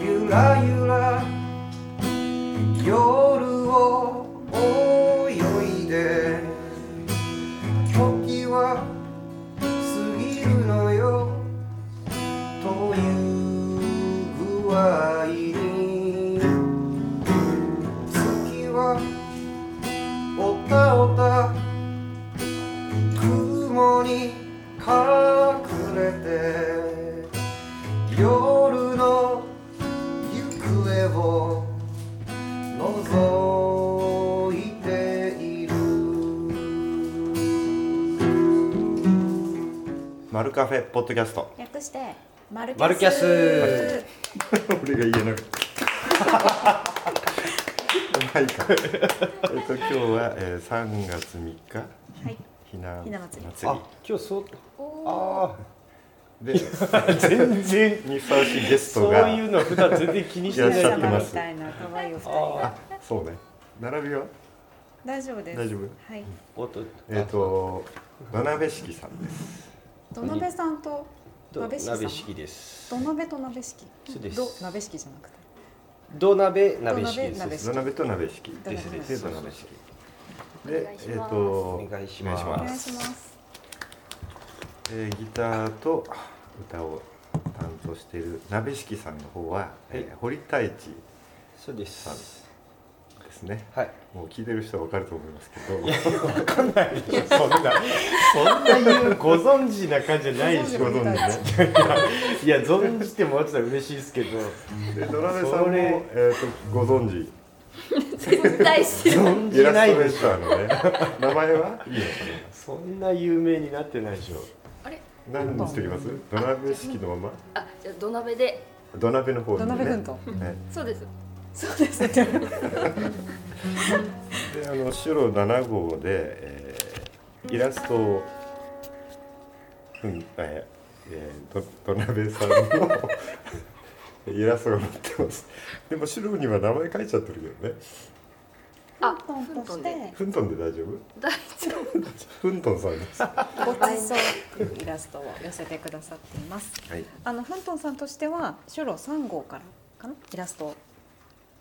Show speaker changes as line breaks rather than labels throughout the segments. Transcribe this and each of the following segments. ゆらゆら夜を泳いで時は過ぎるのよという具合に月はおたおた雲に隠れて夜の行方を覗いている
マルカフェポッドキャスト
略してマル
マルキャ
ス
ス
俺が言えな かった。はいか。えっと今日は、えー、3月3日
はい
ひな
ひな祭り
あ、今日そう
あーで全然にふさわしいゲス
そ
ト
う
が
いうの普段全然気にして
いらっしゃ
な
っ
い
てま
様み
す
たいな可愛いお二人
あ
が
そうね並びは
大丈夫です
大丈夫
はい
おっと
えっ、と七辺式さんです。
土鍋さんと鍋
鍋
敷さん
式です
土鍋と鍋敷
そうです
ど鍋敷じゃなくて
土鍋鍋式
土鍋
で
鍋式
す
七辺と鍋式
です
で
です
で
す
土鍋式。
お願
で
いし
えっ、
ます
と
お願いします
お
お
願
願
い
い
し
します
えーギターと歌を担当している鍋式さんの方は、えー、堀太一
そうで
さんですすね。
はい
もう聞いてる人はわかると思いますけど、
わかんないでしょそんなそんな言うご存知な感じじゃないでし
ご
ょ
存知ね。
いや存じてもらってたら嬉しいですけど
で、ドラメさん
そ
も、
れ
えっ、と、ご存知。
絶対知る
存
イ
じ
ラ
ない
スト
で
レ
し
ー
ょ
ターのね、 名前はいいの
そんな有名になってないでしょ
あれ
かな。何にしときます。ドラメ式のまま、
あじゃあ土鍋で
ドナベの方
土
に、ね。
鍋軍と
ね、
そうです
そうですね
で、あの、白七号で、えーイラストを。うん、えーえー、ド、ドナベさんの。 イラストが載ってます。でも、白には名前書いちゃってるけどね。
あ
トンと
フント
し
ン
て
で
フントンで大丈夫。
大丈夫
フントンさんです。は
ごちそうっていうイラストを寄せてくださっています
い。
あのフントンさんとしては書路3号からかなイラストを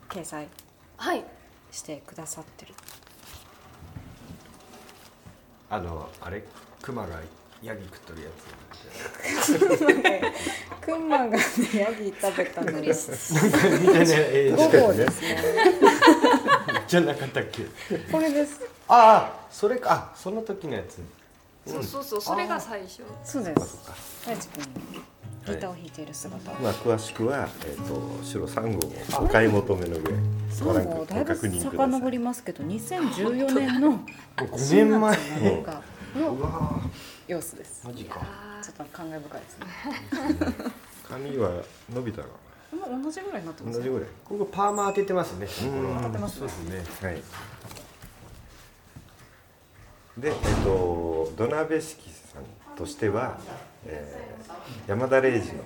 掲載
はい
してくださってる
あのあれクマがヤギ食っとるや
クマがねヤギ食べたのに
つ みたいなえ
5
確か
号
にね
ですね
じゃなかったっけ
これです
ああそれかあその時のやつ
そうそうそうそれが最初
そうで
あ、そ
す
っか。
大地君ギターを弾いている姿、
まあ、詳しくは、えっ、と、白三号をお買い求めの上。ご
3
覧
号
ご
だいぶ
確認くださ
遡りますけど2014年の
5
4
年前
月7日の様子です
マジか
ちょっと感慨深いですね
い。髪は伸びたのか
もう同じぐらいになって
な。
ま
同
す
じ
ね
ぐらい。
ここパーマ当ててますね
ん
これは
当てて
ます
そうですね
はい。で、えっ、と、土鍋式さんとしては、えー山田礼二の。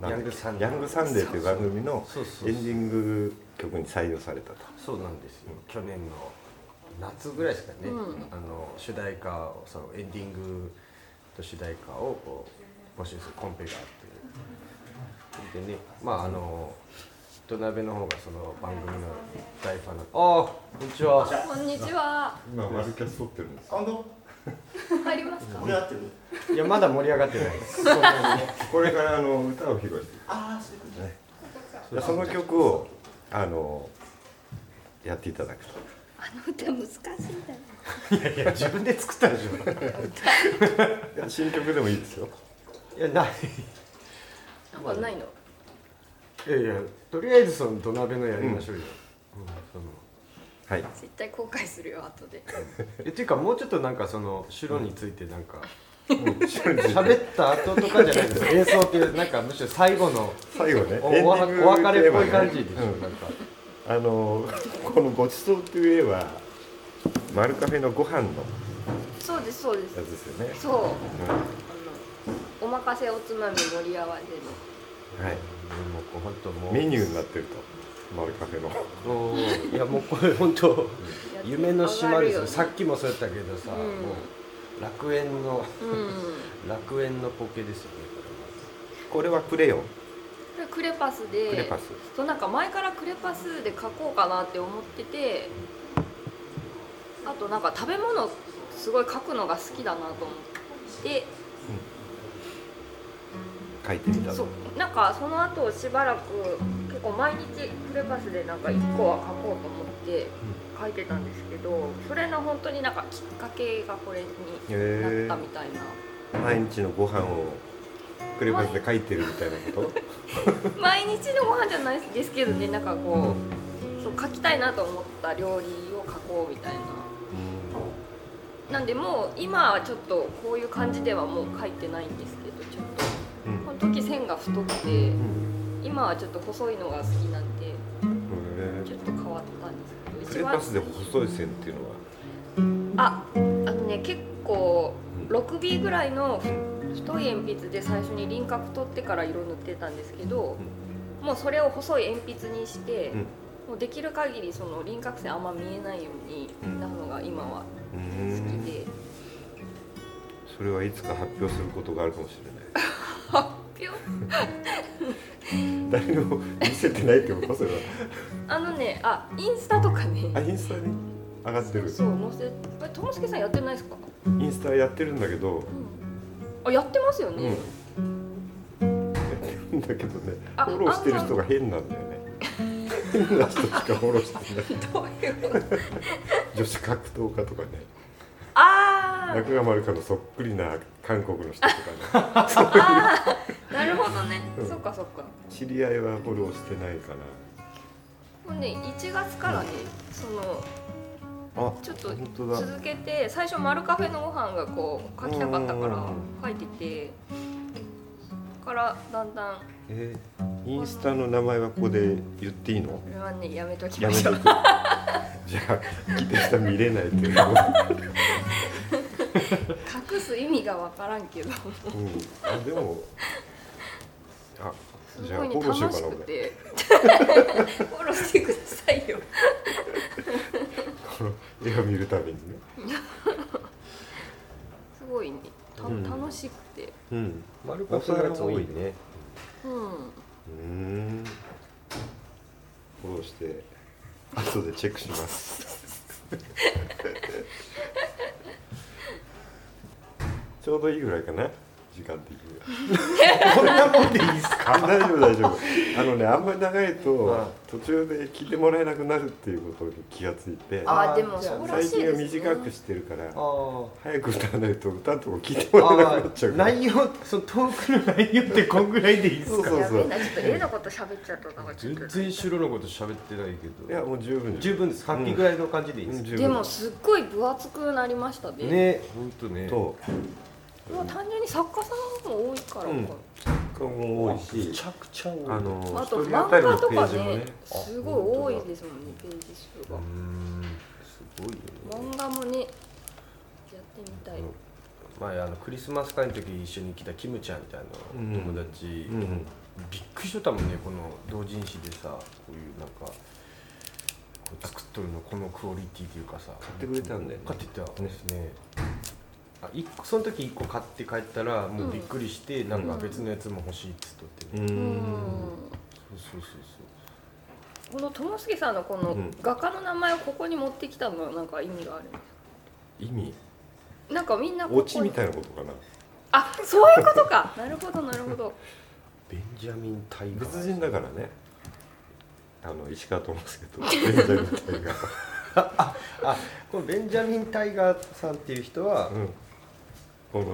なんだっけ
ヤングサンデー
ヤングサンデーという番組の
そうそうそう
エンディング曲に採用されたと。
そうなんですよ去年の夏ぐらいですかね、あの主題歌をそのエンディングと主題歌をこう募集するコンペがあってでねまああの土鍋の方がその番組の大ファンなああこんにちは
こんにちは
今、マルキャス撮ってるんです。
あの、
入りますか
俺合ってる。
いやまだ盛り上がってないですそんなに
これから、あの、歌を披露して。
ああ、そういうこ
でその曲をあのやっていただくと
あの歌難しいんだよ
いや 自分で作ったでしょ
いや新曲でもいいですよ
いやない
あないの
いやいやとりあえずその土鍋のやりましょうよ、うんその
はい
絶対後悔するよ後で
えっていうかもうちょっとなんかその白についてなんか
喋
喋った後とかじゃないです演奏っていうなんかむしろ最後の
最後ね
お
エンデ
お
ィング
お別れっぽい感じでし
テー
ょ、
マね
なんか
うんあのこの「ごちそう」という絵はマルカフェのご飯の
そうですそうで
や
す
つですよね、
そう
うんは
あのお任せおつまみ盛り合わ
い
もうこう本当もう
メニューになってるとマルカフェの
もういやもうこれ本当
せのやつ
夢の島ですよさ
上が
っきもそうやったけどさ、
うん
もう楽園の
るよね
楽園のポケですよね
これはクレヨン
うこれクレパスで
クレパス
そうなんか前からクレパスで書こうかなって思っててあとなんか食べ物すごい書くのが好きだなと思って
書いてみた
そ
の
うなんかその後しばらく結構毎日クレパスでなんか1個は書こうと思って書いてたんですけどそれの本当になんかきっかけがこれに
へー
なったみたいな、
毎日のご飯をクレパスで書いてるみたいなこと
毎日のご飯じゃないですけどねなんかこうそう書きたいなと思った料理を書こうみたいななんでもう今はちょっとこういう感じではもう書いてないんですけどちょっと
うんうん
この時線が太くて
うん
今はちょっと細いのが好きなんで
へ
ちょっと変わったんです
ーク
けど
レパスで
一番
細い線っていうのは
ああのね結構
うん
6B ぐらいのふ太い鉛筆で最初に輪郭取ってから色塗ってたんですけど、もうそれを細い鉛筆にして、
うん
もうできる限りその輪郭線あんま見えないようになるのが今は
う
好き
ん
で、
それはいつか発表することがあるかもしれない
ぴょ
誰にも見せてないってことそれは
あのねあインスタとかね
あインスタに上がってる
そう載せあれともしげさんやってないですか、
インスタやってるんだけど
あやってますよ
うんや
ね、
ってるんだけどねフ
あ
ォローしてる人が変なんだよね変な人しかフォローしてない
どういうこと
女子格闘家とかね
あ
中川丸かのそっくりな韓国の人 とかね
あなるほどね、
うん
そっかそっか
知り合いはフォローしてないか
もうね1月からねその
なあ
ちょっと
本当だ
続けて最初「丸カフェのご飯がこう書きたかったか
うん
ら書いててからだんだん
えーインスタの名前はここで言っていいの
これはねやめとき
や
ま
め
し
と
た
くじゃあ聞いて下見れない っていうのも
隠す意味がわからんけど
うん、あでもあ
す
じゃあ
ご
フ
い
ォ
ね
ローしようか
楽し
な俺
くて フォローしてくださいよ
この絵を見るたびにね
すごいねた
うん
楽しくて
うん
丸くするやつ多いね
うん
うーんフォローして後でチェックします ちょうどいいぐらいかな時間的 にはこんなもんでいいです か大丈夫大丈夫あのねあんまり長いと途中で聞いてもらえなくなるっていうことに気がついて
あ
あー
ーでも
じゃあ
そうら
最
しい
近は
ですね
短くしてるから
あ
早く歌わないと歌うとこ聞いてもらえなくなっちゃうから
内容そのトークの内容ってこんぐらいでいいです
そう
か
そう
や
そ
べえ
う
なちょっと絵のこと喋っちゃったなんかちょっ
全
と
然白のこと喋ってないけど
いやもう十分
十分ですハッピーぐらいの感じでいい
うん
です
十分
でもすっごい分厚くなりましたね
ね本当ね
と
もう単純に作家さんも多いからか、
うん今後も多いし
めちゃくちゃ多い
あの
あと
一人
漫
当たり
画
の
と
ペ
か
ージも
ね
ね
すごい多いですもんねページ数
うー
が
んすごいよね
漫画もねやってみたい、
前あのクリスマス会の時一緒に来たキムちゃんみたいな
うん
友達、
うんうん
びっくりしとったもんねこの同人誌でさこういうなんかこう作っとるのこのクオリティというかさ買
ってくれたんだよね
買ってたですねあ一個その時1個買って帰ったらもうびっくりして、なんか別のやつも欲しいっつっとって
う
ね、
ん
うん
そうそうそう
このともすけさんのこ
う
の
ん
画家の名前をここに持ってきたのはなんか意味があるんで
意味
すなんかみんなここ
オチみたいなことかな
あそういうことかなるほどなるほど
ベンジャミン・タイガー
別人だからねあの石川智介とベンジャミンタイガー
あこのベンジャミン・タイガーさんっていう人は、
うんこの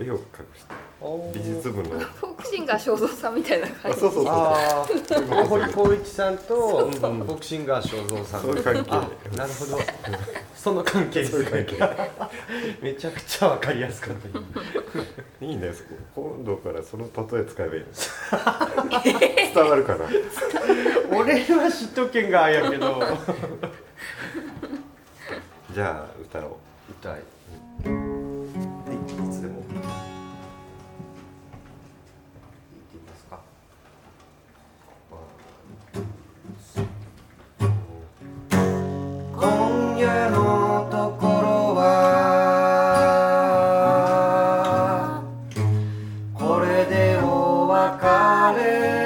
絵を描く人美術部の
フォークシンガー正蔵さんみたいな感
あ
じ
そうそうそう
ああ堀浩一さんと
そうそう
ボクシンガー正蔵さん
そういう関係
あなるほどその関係です
そういう関
めちゃくちゃわかりやすかった
いいねそこ今度からその例え使えばいいの伝わるかな
俺は知っとけんがやけど
じゃあ歌お
痛いう
いいつでも
いきますか
今夜のところはこれでお別れ